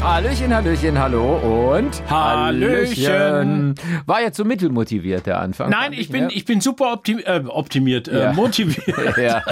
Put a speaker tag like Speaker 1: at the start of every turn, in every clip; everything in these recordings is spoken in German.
Speaker 1: Hallöchen, Hallöchen, hallo und
Speaker 2: Hallöchen.
Speaker 1: War jetzt so mittelmotiviert der Anfang.
Speaker 2: Nein,
Speaker 1: fand
Speaker 2: ich bin,
Speaker 1: ne?
Speaker 2: ich bin super optim äh, optimiert, äh,
Speaker 1: Ja.
Speaker 2: motiviert.
Speaker 1: ja.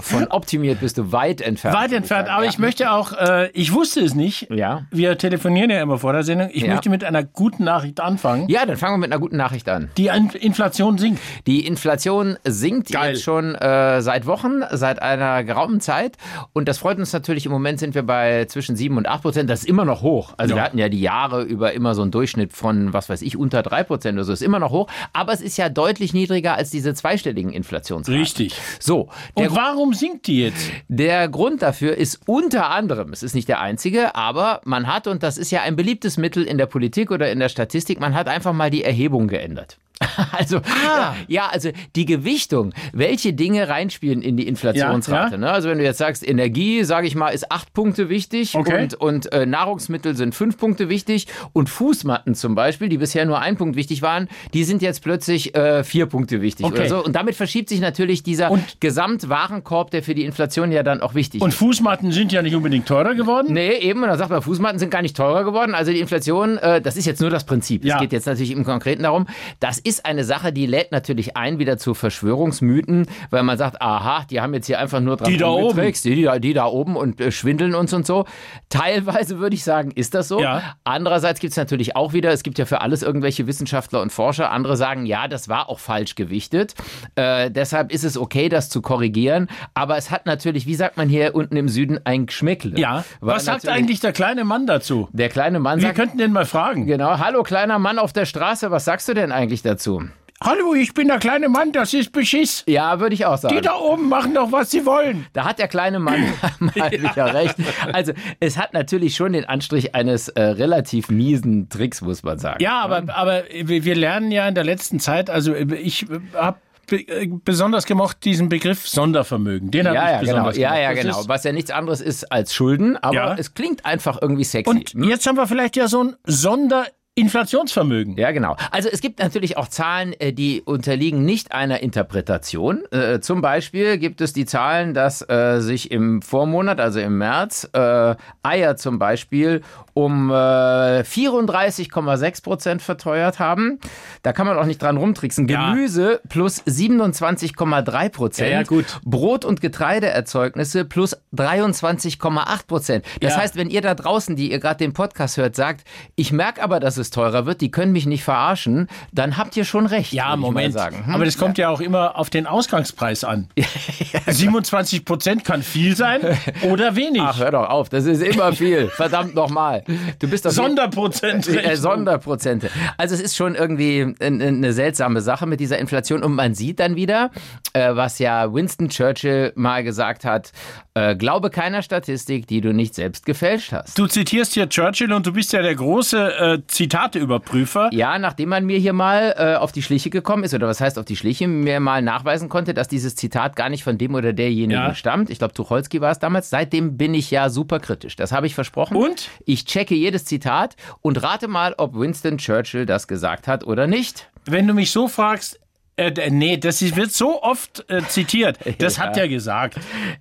Speaker 1: Von optimiert bist du weit entfernt.
Speaker 2: Weit entfernt, aber ich möchte auch, äh, ich wusste es nicht.
Speaker 1: Ja.
Speaker 2: Wir telefonieren ja immer vor der Sendung. Ich
Speaker 1: Ja.
Speaker 2: möchte mit einer guten Nachricht anfangen.
Speaker 1: Ja, dann fangen wir mit einer guten Nachricht an.
Speaker 2: Die In Inflation sinkt.
Speaker 1: Die Inflation sinkt
Speaker 2: Geil.
Speaker 1: jetzt schon äh, seit Wochen, seit einer geraumen Zeit. Und das freut uns natürlich. Im Moment sind wir bei zwischen 7 und 8 Prozent. Das ist immer noch hoch. Also
Speaker 2: Ja.
Speaker 1: wir hatten ja die Jahre über immer so einen Durchschnitt von, was weiß ich, unter 3 Prozent oder so. Ist immer noch hoch. Aber es ist ja deutlich niedriger als diese zweistelligen Inflationsraten.
Speaker 2: Richtig.
Speaker 1: So, der,
Speaker 2: Und warum sinkt die jetzt?
Speaker 1: der Grund dafür ist unter anderem, es ist nicht der einzige, aber man hat, und das ist ja ein beliebtes Mittel in der Politik oder in der Statistik, man hat einfach mal die Erhebung geändert. Also,
Speaker 2: Ah.
Speaker 1: ja, also die Gewichtung, welche Dinge reinspielen in die Inflationsrate.
Speaker 2: Ja, ja.
Speaker 1: Ne? Also, wenn du jetzt sagst, Energie, sage ich mal, ist acht Punkte wichtig
Speaker 2: Okay.
Speaker 1: und, und äh, Nahrungsmittel sind fünf Punkte wichtig und Fußmatten zum Beispiel, die bisher nur ein Punkt wichtig waren, die sind jetzt plötzlich äh, vier Punkte wichtig
Speaker 2: Okay.
Speaker 1: oder so. Und damit verschiebt sich natürlich dieser
Speaker 2: Und-
Speaker 1: Gesamtwarenkorb, der für die Inflation ja dann auch wichtig
Speaker 2: Und
Speaker 1: ist.
Speaker 2: Fußmatten sind ja nicht unbedingt teurer geworden.
Speaker 1: Nee, eben, und da sagt man, Fußmatten sind gar nicht teurer geworden. Also die Inflation, äh, das ist jetzt nur das Prinzip.
Speaker 2: Ja.
Speaker 1: Es geht jetzt natürlich im Konkreten darum. Das ist eine Sache, die lädt natürlich ein wieder zu Verschwörungsmythen, weil man sagt, aha, die haben jetzt hier einfach nur dran
Speaker 2: Die da oben.
Speaker 1: rumgetrickst, Die, die, da- die da oben und äh, schwindeln uns und so. Teilweise würde ich sagen, ist das so.
Speaker 2: Ja.
Speaker 1: Andererseits gibt es natürlich auch wieder, es gibt ja für alles irgendwelche Wissenschaftler und Forscher. Andere sagen, ja, das war auch falsch gewichtet. Äh, deshalb ist es okay, das zu korrigieren. Aber es hat natürlich, wie sagt man hier unten im Süden, ein Geschmäckle.
Speaker 2: Ja.
Speaker 1: Weil
Speaker 2: Was sagt
Speaker 1: natürlich
Speaker 2: eigentlich der kleine Mann dazu?
Speaker 1: Der kleine Mann
Speaker 2: Wir
Speaker 1: sagt,
Speaker 2: könnten den mal fragen.
Speaker 1: genau, hallo kleiner Mann auf der Straße, was sagst du denn eigentlich dazu?
Speaker 2: Hallo, ich bin der kleine Mann, das ist Beschiss.
Speaker 1: Ja, würde ich auch sagen.
Speaker 2: Die da oben machen doch, was sie wollen.
Speaker 1: Da hat der kleine Mann mal wieder recht. Also, es hat natürlich schon den Anstrich eines äh, relativ miesen Tricks, muss man sagen.
Speaker 2: Ja, aber, aber wir wir lernen ja in der letzten Zeit, also ich habe besonders gemocht diesen Begriff Sondervermögen. Den habe
Speaker 1: Ja,
Speaker 2: ich
Speaker 1: ja, genau.
Speaker 2: besonders
Speaker 1: Ja,
Speaker 2: gemocht.
Speaker 1: ja,
Speaker 2: Das
Speaker 1: genau.
Speaker 2: ist-
Speaker 1: Was ja nichts anderes ist als Schulden, aber
Speaker 2: Ja.
Speaker 1: es klingt einfach irgendwie sexy.
Speaker 2: Und jetzt haben wir vielleicht ja so ein Sonderinflationsvermögen.
Speaker 1: Ja, genau. Also es gibt natürlich auch Zahlen, äh, die unterliegen nicht einer Interpretation. Äh, Zum Beispiel gibt es die Zahlen, dass äh, sich im Vormonat, also im März, äh, Eier zum Beispiel um äh, 34,6 Prozent verteuert haben. Da kann man auch nicht dran rumtricksen.
Speaker 2: Ja.
Speaker 1: Gemüse plus 27,3 Prozent.
Speaker 2: Ja, ja, gut.
Speaker 1: Brot- und Getreideerzeugnisse plus 23,8 Prozent. Das
Speaker 2: Ja.
Speaker 1: heißt, wenn ihr da draußen, die ihr gerade den Podcast hört, sagt, ich merke aber, dass es teurer wird, die können mich nicht verarschen, dann habt ihr schon recht. würd
Speaker 2: Ja,
Speaker 1: ich mal
Speaker 2: Moment.
Speaker 1: Sagen. Hm?
Speaker 2: Aber das kommt ja. auch immer auf den Ausgangspreis an. 27 Prozent kann viel sein oder wenig.
Speaker 1: Ach, hör doch auf, das ist immer viel. Verdammt nochmal. Du bist doch
Speaker 2: Sonderprozent.
Speaker 1: Äh, Sonderprozente. Also es ist schon irgendwie ein- ein- eine seltsame Sache mit dieser Inflation und man sieht dann wieder, äh, was ja Winston Churchill mal gesagt hat, äh, glaube keiner Statistik, die du nicht selbst gefälscht hast.
Speaker 2: Du zitierst hier Churchill und du bist ja der große äh, Zitateüberprüfer.
Speaker 1: Ja, nachdem man mir hier mal äh, auf die Schliche gekommen ist, oder was heißt auf die Schliche, mir mal nachweisen konnte, dass dieses Zitat gar nicht von dem oder derjenigen
Speaker 2: Ja.
Speaker 1: stammt. Ich glaube, Tucholsky war es damals. Seitdem bin ich ja super kritisch. Das habe ich versprochen.
Speaker 2: Und?
Speaker 1: Ich checke jedes Zitat und rate mal, ob Winston Churchill das gesagt hat oder nicht.
Speaker 2: Wenn du mich so fragst, äh, d- nee, das ist- wird so oft äh, zitiert. Das hat er gesagt.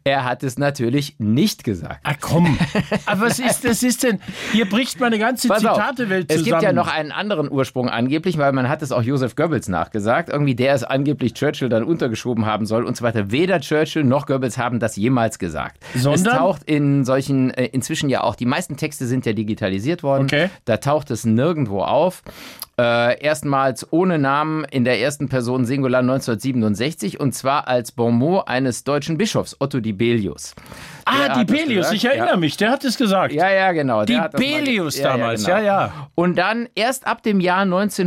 Speaker 1: Er hat es natürlich nicht gesagt.
Speaker 2: Ah, komm. Aber was ist, das ist denn, hier bricht meine ganze
Speaker 1: Pass auf,
Speaker 2: Zitatewelt
Speaker 1: es
Speaker 2: zusammen.
Speaker 1: gibt ja noch einen anderen Ursprung angeblich, weil man hat es auch Joseph Goebbels nachgesagt. Irgendwie der es angeblich Churchill dann untergeschoben haben soll und so weiter. Weder Churchill noch Goebbels haben das jemals gesagt. Es
Speaker 2: Sondern?
Speaker 1: taucht in solchen, äh, inzwischen ja auch, die meisten Texte sind ja digitalisiert worden.
Speaker 2: Okay.
Speaker 1: Da taucht es nirgendwo auf. Äh, erstmals ohne Namen in der ersten Person Singular 1967 und zwar als Bonmot eines deutschen Bischofs, Otto Dibelius.
Speaker 2: ah,
Speaker 1: der
Speaker 2: die
Speaker 1: hat das
Speaker 2: Belius,
Speaker 1: gesagt,
Speaker 2: ich erinnere
Speaker 1: ja.
Speaker 2: mich, der hat es gesagt.
Speaker 1: Ja, ja, genau.
Speaker 2: die
Speaker 1: Der hat das mal ge-
Speaker 2: Belius
Speaker 1: Ja, ja,
Speaker 2: damals,
Speaker 1: genau.
Speaker 2: ja, ja.
Speaker 1: Und dann erst ab dem Jahr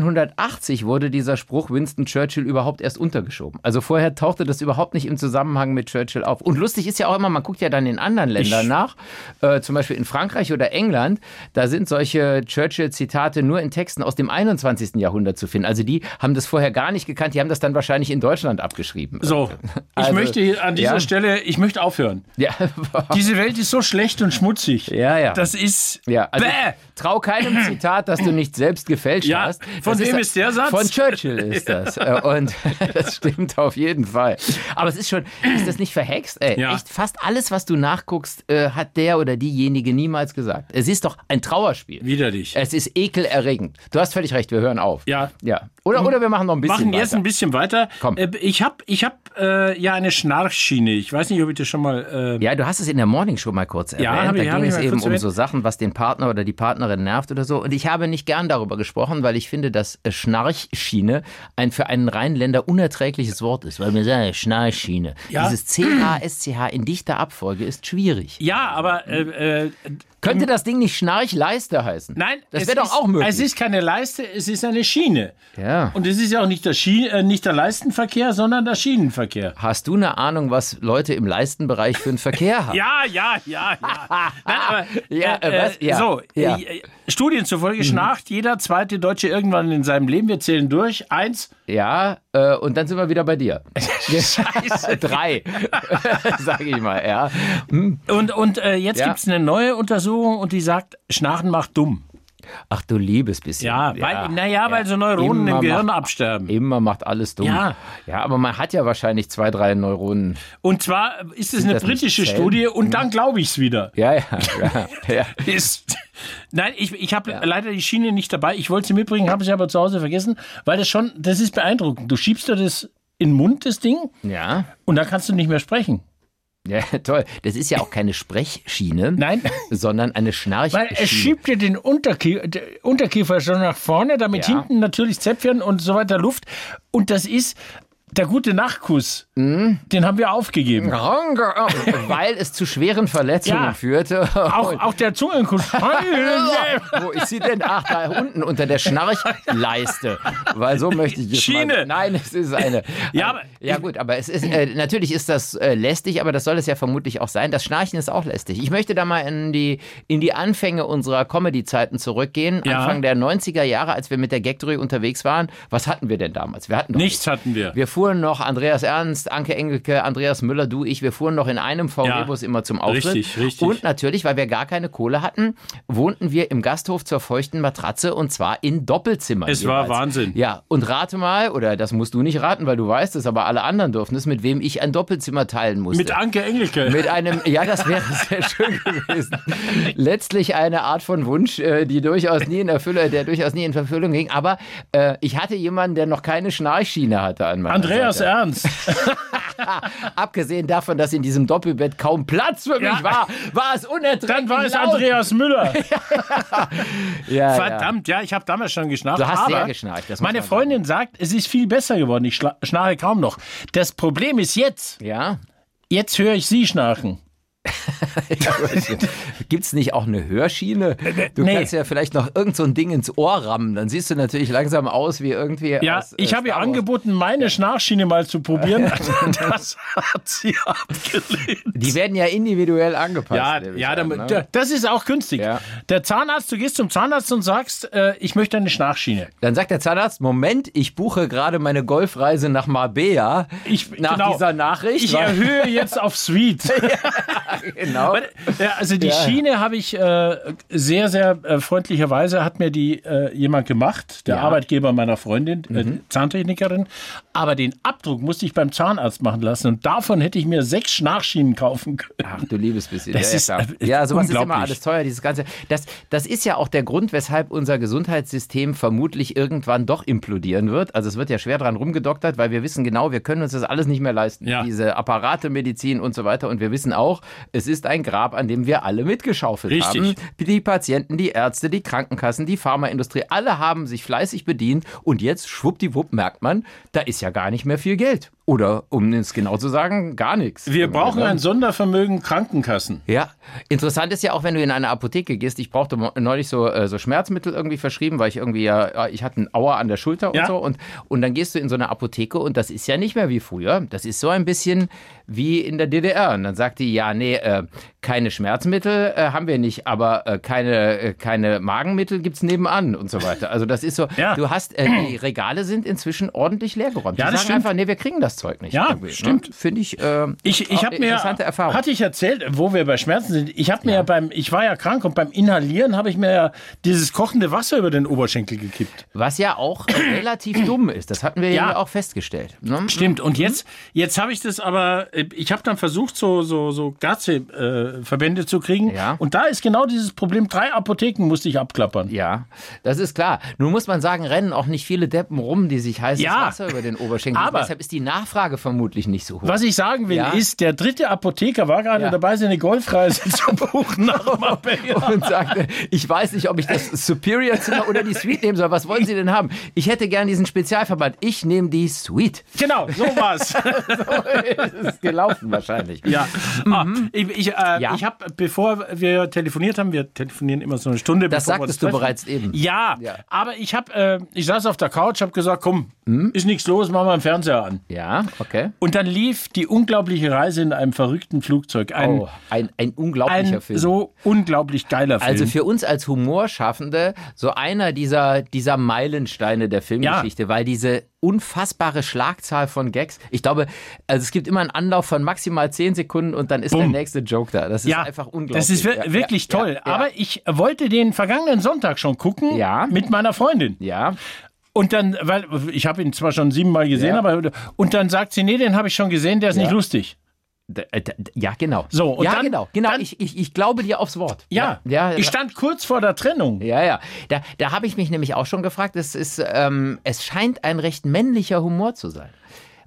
Speaker 1: 1980 wurde dieser Spruch Winston Churchill überhaupt erst untergeschoben. Also vorher tauchte das überhaupt nicht im Zusammenhang mit Churchill auf. Und lustig ist ja auch immer, man guckt ja dann in anderen Ländern
Speaker 2: Ich-
Speaker 1: nach, äh, zum Beispiel in Frankreich oder England, da sind solche Churchill-Zitate nur in Texten aus dem 21. Jahrhundert zu finden. Also die haben das vorher gar nicht gekannt, die haben das dann wahrscheinlich in Deutschland abgeschrieben.
Speaker 2: So, ich
Speaker 1: Also,
Speaker 2: möchte hier an dieser
Speaker 1: ja.
Speaker 2: Stelle, ich möchte aufhören.
Speaker 1: Ja, aber.
Speaker 2: Diese Welt ist so schlecht und schmutzig.
Speaker 1: Ja, ja.
Speaker 2: Das ist.
Speaker 1: ja, also
Speaker 2: Bäh!
Speaker 1: trau keinem Zitat, das du nicht selbst gefälscht
Speaker 2: Ja,
Speaker 1: hast.
Speaker 2: von
Speaker 1: Das
Speaker 2: wem ist der Satz?
Speaker 1: Von Churchill ist das. Äh, Und das stimmt auf jeden Fall. Aber es ist schon, ist das nicht verhext? Ey,
Speaker 2: Ja.
Speaker 1: echt fast alles, was du nachguckst, äh, hat der oder diejenige niemals gesagt. Es ist doch ein Trauerspiel.
Speaker 2: Widerlich.
Speaker 1: Es ist ekelerregend. Du hast völlig recht, wir hören auf.
Speaker 2: Ja.
Speaker 1: Ja. Oder, oder wir machen noch ein bisschen
Speaker 2: Machen wir jetzt
Speaker 1: weiter.
Speaker 2: ein bisschen weiter.
Speaker 1: Komm.
Speaker 2: Äh, Ich habe ich hab, äh, ja eine Schnarchschiene. Ich weiß nicht, ob ich das schon mal. Äh,
Speaker 1: Ja, du hast es in der Morning Show mal kurz erwähnt.
Speaker 2: Ja, hab ich-
Speaker 1: da
Speaker 2: hab
Speaker 1: ging
Speaker 2: ich
Speaker 1: es
Speaker 2: mal
Speaker 1: eben
Speaker 2: kurz
Speaker 1: um
Speaker 2: erwähnt.
Speaker 1: so Sachen, was den Partner oder die Partnerin nervt oder so. Und ich habe nicht gern darüber gesprochen, weil ich finde, dass äh, Schnarchschiene ein für einen Rheinländer unerträgliches Wort ist. Weil wir sagen, ja, Schnarchschiene.
Speaker 2: Ja.
Speaker 1: Dieses C-H-S-C-H in dichter Abfolge ist schwierig.
Speaker 2: ja, aber.
Speaker 1: Hm?
Speaker 2: Äh, äh,
Speaker 1: Könnte das Ding nicht Schnarchleiste heißen?
Speaker 2: nein,
Speaker 1: Das
Speaker 2: es
Speaker 1: wäre doch
Speaker 2: ist-
Speaker 1: auch möglich.
Speaker 2: Es ist keine Leiste, es ist eine Schiene.
Speaker 1: Ja.
Speaker 2: Und es ist ja auch nicht der, Schi äh, nicht der Leistenverkehr, sondern der Schienenverkehr.
Speaker 1: Hast du eine Ahnung, was Leute im Leistenbereich für einen Verkehr haben?
Speaker 2: Ja, ja, ja, ja. Nein, aber,
Speaker 1: Ja, äh, was? Ja,
Speaker 2: So,
Speaker 1: ja. Mhm.
Speaker 2: äh, Studien zufolge schnarcht jeder zweite Deutsche irgendwann in seinem Leben. Wir zählen durch. Eins,
Speaker 1: Ja, äh, und dann sind wir wieder bei dir. Scheiße. Drei, sag ich mal, ja.
Speaker 2: Und, und äh, jetzt
Speaker 1: Ja.
Speaker 2: gibt's eine neue Untersuchung und die sagt, Schnarchen macht dumm.
Speaker 1: Ach du liebes bisschen.
Speaker 2: Ja, weil, naja, weil so Neuronen
Speaker 1: Immer
Speaker 2: im Gehirn
Speaker 1: macht-
Speaker 2: absterben.
Speaker 1: Immer macht alles dumm.
Speaker 2: Ja.
Speaker 1: ja, aber man hat ja wahrscheinlich zwei, drei Neuronen.
Speaker 2: Und zwar ist es eine
Speaker 1: das nicht
Speaker 2: britische
Speaker 1: Zellen? Mhm.
Speaker 2: Studie und dann glaube ich's wieder.
Speaker 1: Ja, ja, ja. ja.
Speaker 2: Ist, nein, ich, ich habe leider die Schiene nicht dabei. Ich wollte sie mitbringen, habe sie aber zu Hause vergessen, weil das schon, das ist beeindruckend. Du schiebst dir das in den Mund, das Ding,
Speaker 1: ja.
Speaker 2: und dann kannst du nicht mehr sprechen.
Speaker 1: Ja, toll. Das ist ja auch keine Sprechschiene,
Speaker 2: Nein.
Speaker 1: sondern eine
Speaker 2: Weil es
Speaker 1: Schnarchschiene.
Speaker 2: schiebt dir den Unterkiefer, der Unterkiefer schon nach vorne, damit
Speaker 1: Ja.
Speaker 2: hinten natürlich Zäpfchen und so weiter Luft. Und das ist der gute Nachtkuss. Den haben wir aufgegeben.
Speaker 1: oh, Weil es zu schweren Verletzungen
Speaker 2: Ja.
Speaker 1: führte.
Speaker 2: Auch, auch der Zungenkuss.
Speaker 1: Wo ist sie denn? Ach, da unten unter der Schnarchleiste. Weil so möchte ich jetzt Mal.
Speaker 2: Schiene.
Speaker 1: Nein, es ist eine.
Speaker 2: Ja, aber-
Speaker 1: ja gut, aber es ist äh, natürlich ist das äh, lästig, aber das soll es ja vermutlich auch sein. Das Schnarchen ist auch lästig. Ich möchte da mal in die in die Anfänge unserer Comedy-Zeiten zurückgehen,
Speaker 2: Ja.
Speaker 1: Anfang der 90er Jahre, als wir mit der Gagdreh unterwegs waren. Was hatten wir denn damals? Wir hatten doch
Speaker 2: Nichts hatten wir.
Speaker 1: wir fuhren noch, Andreas Ernst, Anke Engelke, Andreas Müller, du, ich, wir fuhren noch in einem VW-Bus immer zum Auftritt.
Speaker 2: Richtig, richtig.
Speaker 1: Und natürlich, weil wir gar keine Kohle hatten, wohnten wir im Gasthof zur feuchten Matratze und zwar in Doppelzimmern.
Speaker 2: Es war
Speaker 1: jeweils.
Speaker 2: Wahnsinn.
Speaker 1: Ja, und rate mal, oder das musst du nicht raten, weil du weißt es, aber alle anderen dürfen es, mit wem ich ein Doppelzimmer teilen musste.
Speaker 2: Mit Anke Engelke.
Speaker 1: Mit einem, ja, das wäre sehr schön gewesen. Letztlich eine Art von Wunsch, äh, die durchaus nie in Erfüllung, der durchaus nie in Erfüllung ging. Aber äh, ich hatte jemanden, der noch keine Schnarchschiene hatte an meiner
Speaker 2: Andreas
Speaker 1: Seite.
Speaker 2: Ernst.
Speaker 1: Abgesehen davon, dass in diesem Doppelbett kaum Platz für mich
Speaker 2: Ja.
Speaker 1: war, war es unerträglich.
Speaker 2: Dann war es
Speaker 1: laut.
Speaker 2: Andreas Müller.
Speaker 1: Ja,
Speaker 2: Verdammt, ja, ich habe damals schon geschnarcht.
Speaker 1: Du hast
Speaker 2: aber
Speaker 1: sehr geschnarcht, das muss
Speaker 2: Meine
Speaker 1: man sagen.
Speaker 2: Freundin sagt, es ist viel besser geworden. Ich schla- schnarche kaum noch. Das Problem ist jetzt,
Speaker 1: Ja.
Speaker 2: jetzt höre ich sie schnarchen.
Speaker 1: Gibt es nicht auch eine Hörschiene? Du
Speaker 2: Äh, nee.
Speaker 1: kannst ja vielleicht noch irgend so ein Ding ins Ohr rammen. Dann siehst du natürlich langsam aus wie irgendwie.
Speaker 2: Ja,
Speaker 1: aus, äh,
Speaker 2: ich habe ihr
Speaker 1: Star Wars.
Speaker 2: angeboten, meine Schnarchschiene mal zu probieren. das hat sie abgelehnt.
Speaker 1: Die werden ja individuell angepasst.
Speaker 2: Ja,
Speaker 1: nehme ich
Speaker 2: ja
Speaker 1: an,
Speaker 2: damit,
Speaker 1: ne?
Speaker 2: das ist auch günstig.
Speaker 1: Ja.
Speaker 2: Der Zahnarzt, du gehst zum Zahnarzt und sagst, äh, ich möchte eine Schnarchschiene.
Speaker 1: Dann sagt der Zahnarzt, Moment, ich buche gerade meine Golfreise nach Marbella.
Speaker 2: Ich,
Speaker 1: nach
Speaker 2: genau.
Speaker 1: dieser Nachricht.
Speaker 2: Ich
Speaker 1: weil-
Speaker 2: erhöhe jetzt auf Sweet.
Speaker 1: genau.
Speaker 2: Ja, also die Schiene habe ich äh, sehr, sehr äh, freundlicherweise hat mir die äh, jemand gemacht, der
Speaker 1: Ja.
Speaker 2: Arbeitgeber meiner Freundin, äh, Zahntechnikerin. Aber den Abdruck musste ich beim Zahnarzt machen lassen und davon hätte ich mir sechs Schnarchschienen kaufen können.
Speaker 1: Ach, du liebes bisschen.
Speaker 2: Das
Speaker 1: ja,
Speaker 2: ist,
Speaker 1: ja, klar.
Speaker 2: äh,
Speaker 1: ja, sowas ist immer
Speaker 2: unglaublich.
Speaker 1: alles teuer, dieses ganze. Das, das ist ja auch der Grund, weshalb unser Gesundheitssystem vermutlich irgendwann doch implodieren wird. Also es wird ja schwer dran rumgedoktert, weil wir wissen genau, wir können uns das alles nicht mehr leisten.
Speaker 2: Ja.
Speaker 1: Diese Apparate, Medizin und so weiter. Und wir wissen auch, es ist ein Grab, an dem wir alle mitgeschaufelt
Speaker 2: Richtig.
Speaker 1: haben. Die Patienten, die Ärzte, die Krankenkassen, die Pharmaindustrie, alle haben sich fleißig bedient. Und jetzt, schwuppdiwupp, merkt man, da ist ja gar nicht mehr viel Geld. Oder um es genau zu sagen, gar nichts.
Speaker 2: Wir
Speaker 1: Wenn man
Speaker 2: brauchen
Speaker 1: genau-
Speaker 2: ein Sondervermögen Krankenkassen.
Speaker 1: ja, interessant ist ja auch, wenn du in eine Apotheke gehst. Ich brauchte mo- neulich so, äh, so Schmerzmittel irgendwie verschrieben, weil ich irgendwie ja, äh, ich hatte einen Auer an der Schulter und
Speaker 2: Ja.
Speaker 1: so. Und, und dann gehst du in so eine Apotheke und das ist ja nicht mehr wie früher. Das ist so ein bisschen wie in der DDR. Und dann sagt die, ja, nee, äh, keine Schmerzmittel äh, haben wir nicht, aber äh, keine, äh, keine Magenmittel gibt's nebenan und so weiter. Also das ist so,
Speaker 2: Ja.
Speaker 1: du hast, äh, die Regale sind inzwischen ordentlich leergeräumt.
Speaker 2: Ja,
Speaker 1: die
Speaker 2: das
Speaker 1: sagen
Speaker 2: stimmt.
Speaker 1: einfach, nee, wir kriegen das das Zeug nicht.
Speaker 2: Ja,
Speaker 1: Irgendwie,
Speaker 2: stimmt.
Speaker 1: Ne? Finde ich, ähm,
Speaker 2: Ich, ich
Speaker 1: auch
Speaker 2: habe mir
Speaker 1: interessante Erfahrung.
Speaker 2: hatte ich erzählt, wo wir bei Schmerzen sind. Ich habe mir ja. beim ich war ja krank und beim Inhalieren habe ich mir ja dieses kochende Wasser über den Oberschenkel gekippt.
Speaker 1: Was ja auch äh, relativ dumm ist. Das hatten wir ja,
Speaker 2: Ja.
Speaker 1: auch festgestellt. Ne?
Speaker 2: Stimmt. Und jetzt jetzt habe ich das aber äh, ich habe dann versucht so so so Gaze äh, Verbände zu kriegen
Speaker 1: Ja.
Speaker 2: und da ist genau dieses Problem. Drei Apotheken musste ich abklappern.
Speaker 1: Ja, das ist klar. Nun muss man sagen, rennen auch nicht viele Deppen rum, die sich heißes
Speaker 2: Ja.
Speaker 1: Wasser über den Oberschenkel
Speaker 2: Aber-
Speaker 1: Deshalb ist die Nachfrage vermutlich nicht so hoch.
Speaker 2: Was ich sagen will,
Speaker 1: Ja.
Speaker 2: ist, der dritte Apotheker war gerade
Speaker 1: Ja.
Speaker 2: dabei, seine Golfreise zu buchen nach Marbella.
Speaker 1: und sagte, ich weiß nicht, ob ich das Superior Zimmer oder die Suite nehmen soll. Was wollen Sie denn haben? Ich hätte gern diesen Spezialverband. Ich nehme die Suite.
Speaker 2: Genau, so war's.
Speaker 1: das ist gelaufen wahrscheinlich.
Speaker 2: Ja, ah, ich, ich, äh,
Speaker 1: Mhm. Ja.
Speaker 2: ich habe, bevor wir telefoniert haben, wir telefonieren immer so eine Stunde.
Speaker 1: Das
Speaker 2: bevor wir uns
Speaker 1: sagtest du
Speaker 2: treffen.
Speaker 1: bereits eben.
Speaker 2: Ja,
Speaker 1: Ja.
Speaker 2: aber ich habe, äh, ich saß auf der Couch, habe gesagt, komm,
Speaker 1: Mhm.
Speaker 2: ist nichts los, machen wir den Fernseher an.
Speaker 1: Ja, okay.
Speaker 2: Und dann lief die unglaubliche Reise in einem verrückten Flugzeug. Ein,
Speaker 1: Oh, ein, ein unglaublicher
Speaker 2: ein
Speaker 1: Film.
Speaker 2: so unglaublich geiler Film.
Speaker 1: Also für uns als Humorschaffende so einer dieser, dieser Meilensteine der Filmgeschichte, weil diese unfassbare Schlagzahl von Gags, ich glaube, also es gibt immer einen Anlauf von maximal 10 Sekunden und dann ist der nächste Joke da. Das ist
Speaker 2: ja,
Speaker 1: einfach unglaublich.
Speaker 2: das ist wir-
Speaker 1: Ja,
Speaker 2: wirklich
Speaker 1: ja,
Speaker 2: toll.
Speaker 1: Ja,
Speaker 2: Aber ich wollte den vergangenen Sonntag schon gucken
Speaker 1: Ja.
Speaker 2: mit meiner Freundin.
Speaker 1: ja,
Speaker 2: Und dann, weil ich habe ihn zwar schon siebenmal gesehen,
Speaker 1: Ja.
Speaker 2: aber und dann sagt sie, nee, den habe ich schon gesehen, der ist nicht lustig.
Speaker 1: D- äh, d- ja genau.
Speaker 2: So, und
Speaker 1: ja,
Speaker 2: dann-
Speaker 1: genau, genau.
Speaker 2: dann-
Speaker 1: ich, ich, ich glaube dir aufs Wort.
Speaker 2: Ja,
Speaker 1: ja, ja
Speaker 2: ich stand kurz vor der Trennung.
Speaker 1: Ja, ja. Da, da habe ich mich nämlich auch schon gefragt, es, ist, ähm, es scheint ein recht männlicher Humor zu sein.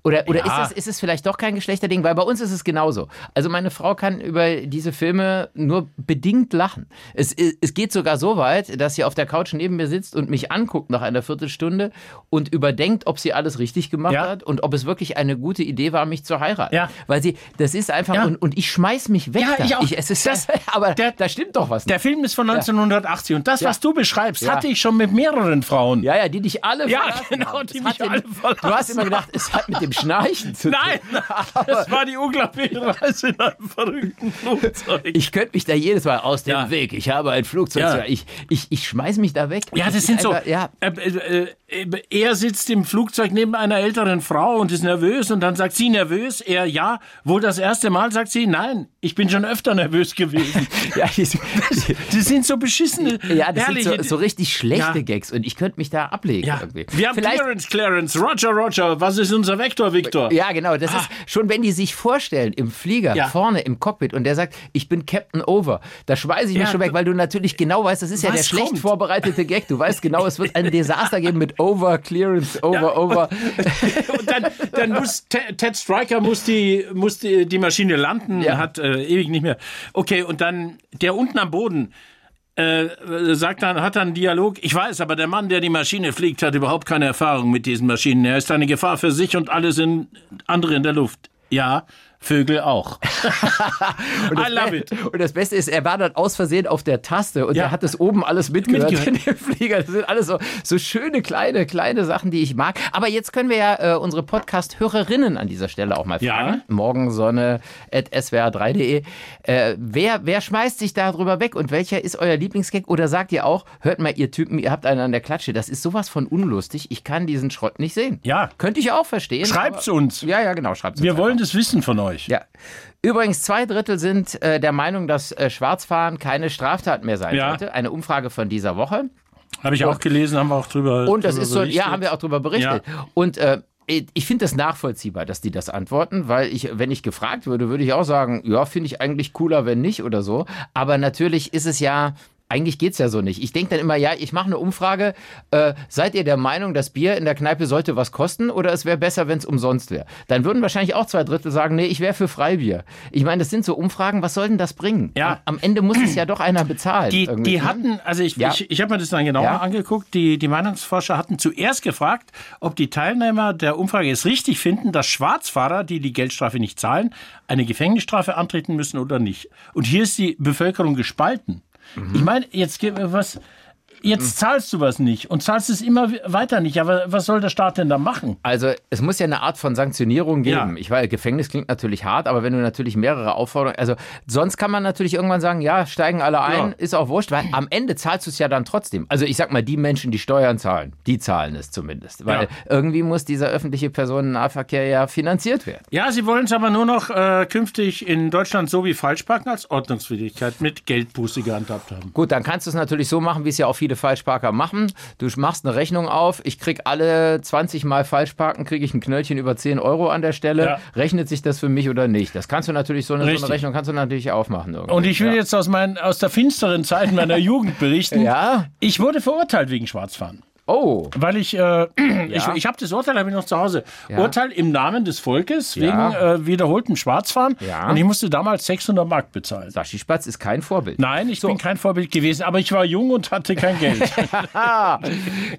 Speaker 1: Oder, oder
Speaker 2: Ja.
Speaker 1: ist, es, ist es vielleicht doch kein Geschlechterding? Weil bei uns ist es genauso. Also meine Frau kann über diese Filme nur bedingt lachen. Es, es geht sogar so weit, dass sie auf der Couch neben mir sitzt und mich anguckt nach einer Viertelstunde und überdenkt, ob sie alles richtig gemacht
Speaker 2: Ja.
Speaker 1: hat und ob es wirklich eine gute Idee war, mich zu heiraten.
Speaker 2: Ja.
Speaker 1: Weil sie, das ist einfach,
Speaker 2: Ja.
Speaker 1: und, und ich schmeiß mich weg.
Speaker 2: Ja,
Speaker 1: da.
Speaker 2: ich auch.
Speaker 1: es ist,
Speaker 2: Das-
Speaker 1: aber
Speaker 2: der-
Speaker 1: da stimmt doch was nicht.
Speaker 2: Der Film ist von 1980 und das, was du beschreibst,
Speaker 1: Ja.
Speaker 2: hatte ich schon mit mehreren Frauen.
Speaker 1: Ja, ja, die dich alle
Speaker 2: Ja,
Speaker 1: verlassen
Speaker 2: genau,
Speaker 1: haben.
Speaker 2: die
Speaker 1: Es
Speaker 2: mich
Speaker 1: hat
Speaker 2: alle verlassen
Speaker 1: Du hast immer gedacht, es hat mit dem Schnarchen zu tun.
Speaker 2: Nein, das war die unglaubliche Reise in einem verrückten Flugzeug.
Speaker 1: Ich könnte mich da jedes Mal aus dem
Speaker 2: Ja.
Speaker 1: Weg. Ich habe ein Flugzeug.
Speaker 2: Ja.
Speaker 1: Ja. Ich, ich, ich schmeiß mich da weg.
Speaker 2: ja, das,
Speaker 1: ist
Speaker 2: sind so.
Speaker 1: einfach- Ja,
Speaker 2: Äh, äh, äh, er sitzt im Flugzeug neben einer älteren Frau und ist nervös und dann sagt sie nervös, er ja. Wohl das erste Mal sagt sie, nein, ich bin schon öfter nervös gewesen.
Speaker 1: ja, die,
Speaker 2: Das sind so beschissene,
Speaker 1: ja das sind
Speaker 2: herrliche,
Speaker 1: so, so richtig schlechte
Speaker 2: Ja.
Speaker 1: Gags und ich könnte mich da ablegen.
Speaker 2: Ja.
Speaker 1: Irgendwie.
Speaker 2: Wir haben
Speaker 1: Vielleicht,
Speaker 2: Clarence, Clarence, Roger, Roger. Was ist unser Vektor, Victor?
Speaker 1: Ja, genau. Das ist schon, wenn die sich vorstellen im Flieger
Speaker 2: Ah. Ja.
Speaker 1: vorne im Cockpit und der sagt, ich bin Captain Over, da schmeiße ich
Speaker 2: Ja,
Speaker 1: mich schon weg, weil du natürlich genau weißt, das ist ja
Speaker 2: Was
Speaker 1: der schlecht
Speaker 2: kommt?
Speaker 1: vorbereitete Gag. Du weißt genau, es wird ein Desaster geben mit Over, Clearance, Over, Over.
Speaker 2: Und dann, dann muss Te- Ted Stryker muss die, muss die, die Maschine landen,
Speaker 1: Ja.
Speaker 2: hat äh, ewig nicht mehr. Okay, und dann der unten am Boden äh, sagt dann, hat dann einen Dialog. Ich weiß, aber der Mann, der die Maschine fliegt, hat überhaupt keine Erfahrung mit diesen Maschinen. Er ist eine Gefahr für sich und alle sind andere in der Luft. Ja, Vögel auch. I love it.
Speaker 1: Und das Beste ist, er war dann aus Versehen auf der Taste und
Speaker 2: Ja.
Speaker 1: er hat das oben alles mitgehört,
Speaker 2: Mitgehört.
Speaker 1: in dem Flieger. Das sind alles so, so schöne, kleine, kleine Sachen, die ich mag. Aber jetzt können wir ja äh, unsere Podcast-Hörerinnen an dieser Stelle auch mal
Speaker 2: Ja.
Speaker 1: fragen. Morgensonne.swr3.de. Äh, wer, wer schmeißt sich da drüber weg und welcher ist euer Lieblingsgag? Oder sagt ihr auch, hört mal, ihr Typen, ihr habt einen an der Klatsche. Das ist sowas von unlustig. Ich kann diesen Schrott nicht sehen.
Speaker 2: Ja.
Speaker 1: Könnte ich auch verstehen.
Speaker 2: Schreibt's
Speaker 1: aber-
Speaker 2: uns.
Speaker 1: Ja, ja, genau, schreibt's
Speaker 2: Wir
Speaker 1: uns einfach.
Speaker 2: wollen das wissen von euch.
Speaker 1: Ja. Übrigens, zwei Drittel sind äh, der Meinung, dass äh, Schwarzfahren keine Straftat mehr sein
Speaker 2: Ja.
Speaker 1: sollte. Eine Umfrage von dieser Woche.
Speaker 2: Habe ich auch gelesen, haben wir auch drüber.
Speaker 1: Und das
Speaker 2: drüber
Speaker 1: ist so,
Speaker 2: berichtet.
Speaker 1: ja, haben wir auch drüber berichtet. Und äh, ich finde das nachvollziehbar, dass die das antworten, weil ich, wenn ich gefragt würde, würde ich auch sagen, ja, finde ich eigentlich cooler, wenn nicht oder so. Aber natürlich ist es ja. Eigentlich geht's ja so nicht. Ich denke dann immer, ja, ich mache eine Umfrage. Äh, seid ihr der Meinung, das Bier in der Kneipe sollte was kosten oder es wäre besser, wenn es umsonst wäre? Dann würden wahrscheinlich auch zwei Drittel sagen, nee, ich wäre für Freibier. Ich meine, das sind so Umfragen, was soll denn das bringen?
Speaker 2: Ja.
Speaker 1: Am, am Ende muss es ja doch einer bezahlen.
Speaker 2: Die,
Speaker 1: irgendwie,
Speaker 2: die
Speaker 1: ne?
Speaker 2: hatten, also ich,
Speaker 1: Ja.
Speaker 2: ich, ich habe mir das dann genauer
Speaker 1: Ja.
Speaker 2: angeguckt, die, die Meinungsforscher hatten zuerst gefragt, ob die Teilnehmer der Umfrage es richtig finden, dass Schwarzfahrer, die die Geldstrafe nicht zahlen, eine Gefängnisstrafe antreten Mhm. müssen oder nicht. Und hier ist die Bevölkerung gespalten. Ich meine, jetzt, ge- was, jetzt zahlst du was nicht und zahlst es immer weiter nicht. Aber was soll der Staat denn da machen?
Speaker 1: Also es muss ja eine Art von Sanktionierung geben.
Speaker 2: Ja.
Speaker 1: Ich weiß, Gefängnis klingt natürlich hart, aber wenn du natürlich mehrere Aufforderungen, also sonst kann man natürlich irgendwann sagen, ja, steigen alle ein,
Speaker 2: Ja.
Speaker 1: ist auch wurscht, weil am Ende zahlst du es ja dann trotzdem. Also ich sag mal, die Menschen, die Steuern zahlen, die zahlen es zumindest, weil
Speaker 2: Ja.
Speaker 1: irgendwie muss dieser öffentliche Personennahverkehr ja finanziert werden.
Speaker 2: Ja, sie wollen es aber nur noch äh, künftig in Deutschland so wie Falschparken als Ordnungswidrigkeit mit Geldbuße gehandhabt haben.
Speaker 1: Gut, dann kannst du es natürlich so machen, wie es ja auch viele Falschparker machen. Du machst eine Rechnung auf, ich krieg alle 20 Mal Falschparken, kriege ich ein Knöllchen über 10 Euro an der Stelle.
Speaker 2: Ja.
Speaker 1: Rechnet sich das für mich oder nicht? Das kannst du natürlich, so eine, so eine
Speaker 2: Richtig.
Speaker 1: Rechnung kannst du natürlich aufmachen. Irgendwie.
Speaker 2: Und ich will
Speaker 1: ja.
Speaker 2: jetzt aus, meinen, aus der finsteren Zeit meiner Jugend berichten.
Speaker 1: Ja?
Speaker 2: Ich wurde verurteilt wegen Schwarzfahren.
Speaker 1: Oh,
Speaker 2: Weil ich, äh, ich, ich habe das Urteil, habe ich noch zu Hause. Urteil im Namen des Volkes wegen
Speaker 1: Ja.
Speaker 2: äh, wiederholtem Schwarzfahren.
Speaker 1: Ja.
Speaker 2: Und ich musste damals 600 Mark bezahlen.
Speaker 1: Sashi Spatz ist kein Vorbild.
Speaker 2: Nein, ich bin kein Vorbild gewesen, aber ich war jung und hatte kein Geld.
Speaker 1: Ah,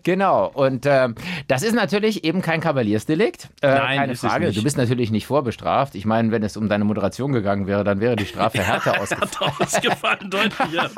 Speaker 1: genau. Und ähm, das ist natürlich eben kein Kavaliersdelikt. Äh,
Speaker 2: Nein,
Speaker 1: keine
Speaker 2: ist es
Speaker 1: Frage.
Speaker 2: nicht.
Speaker 1: Du bist natürlich nicht vorbestraft. Ich meine, wenn es um deine Moderation gegangen wäre, dann wäre die Strafe härter ausgefallen.
Speaker 2: Ausgefallen deutlicher.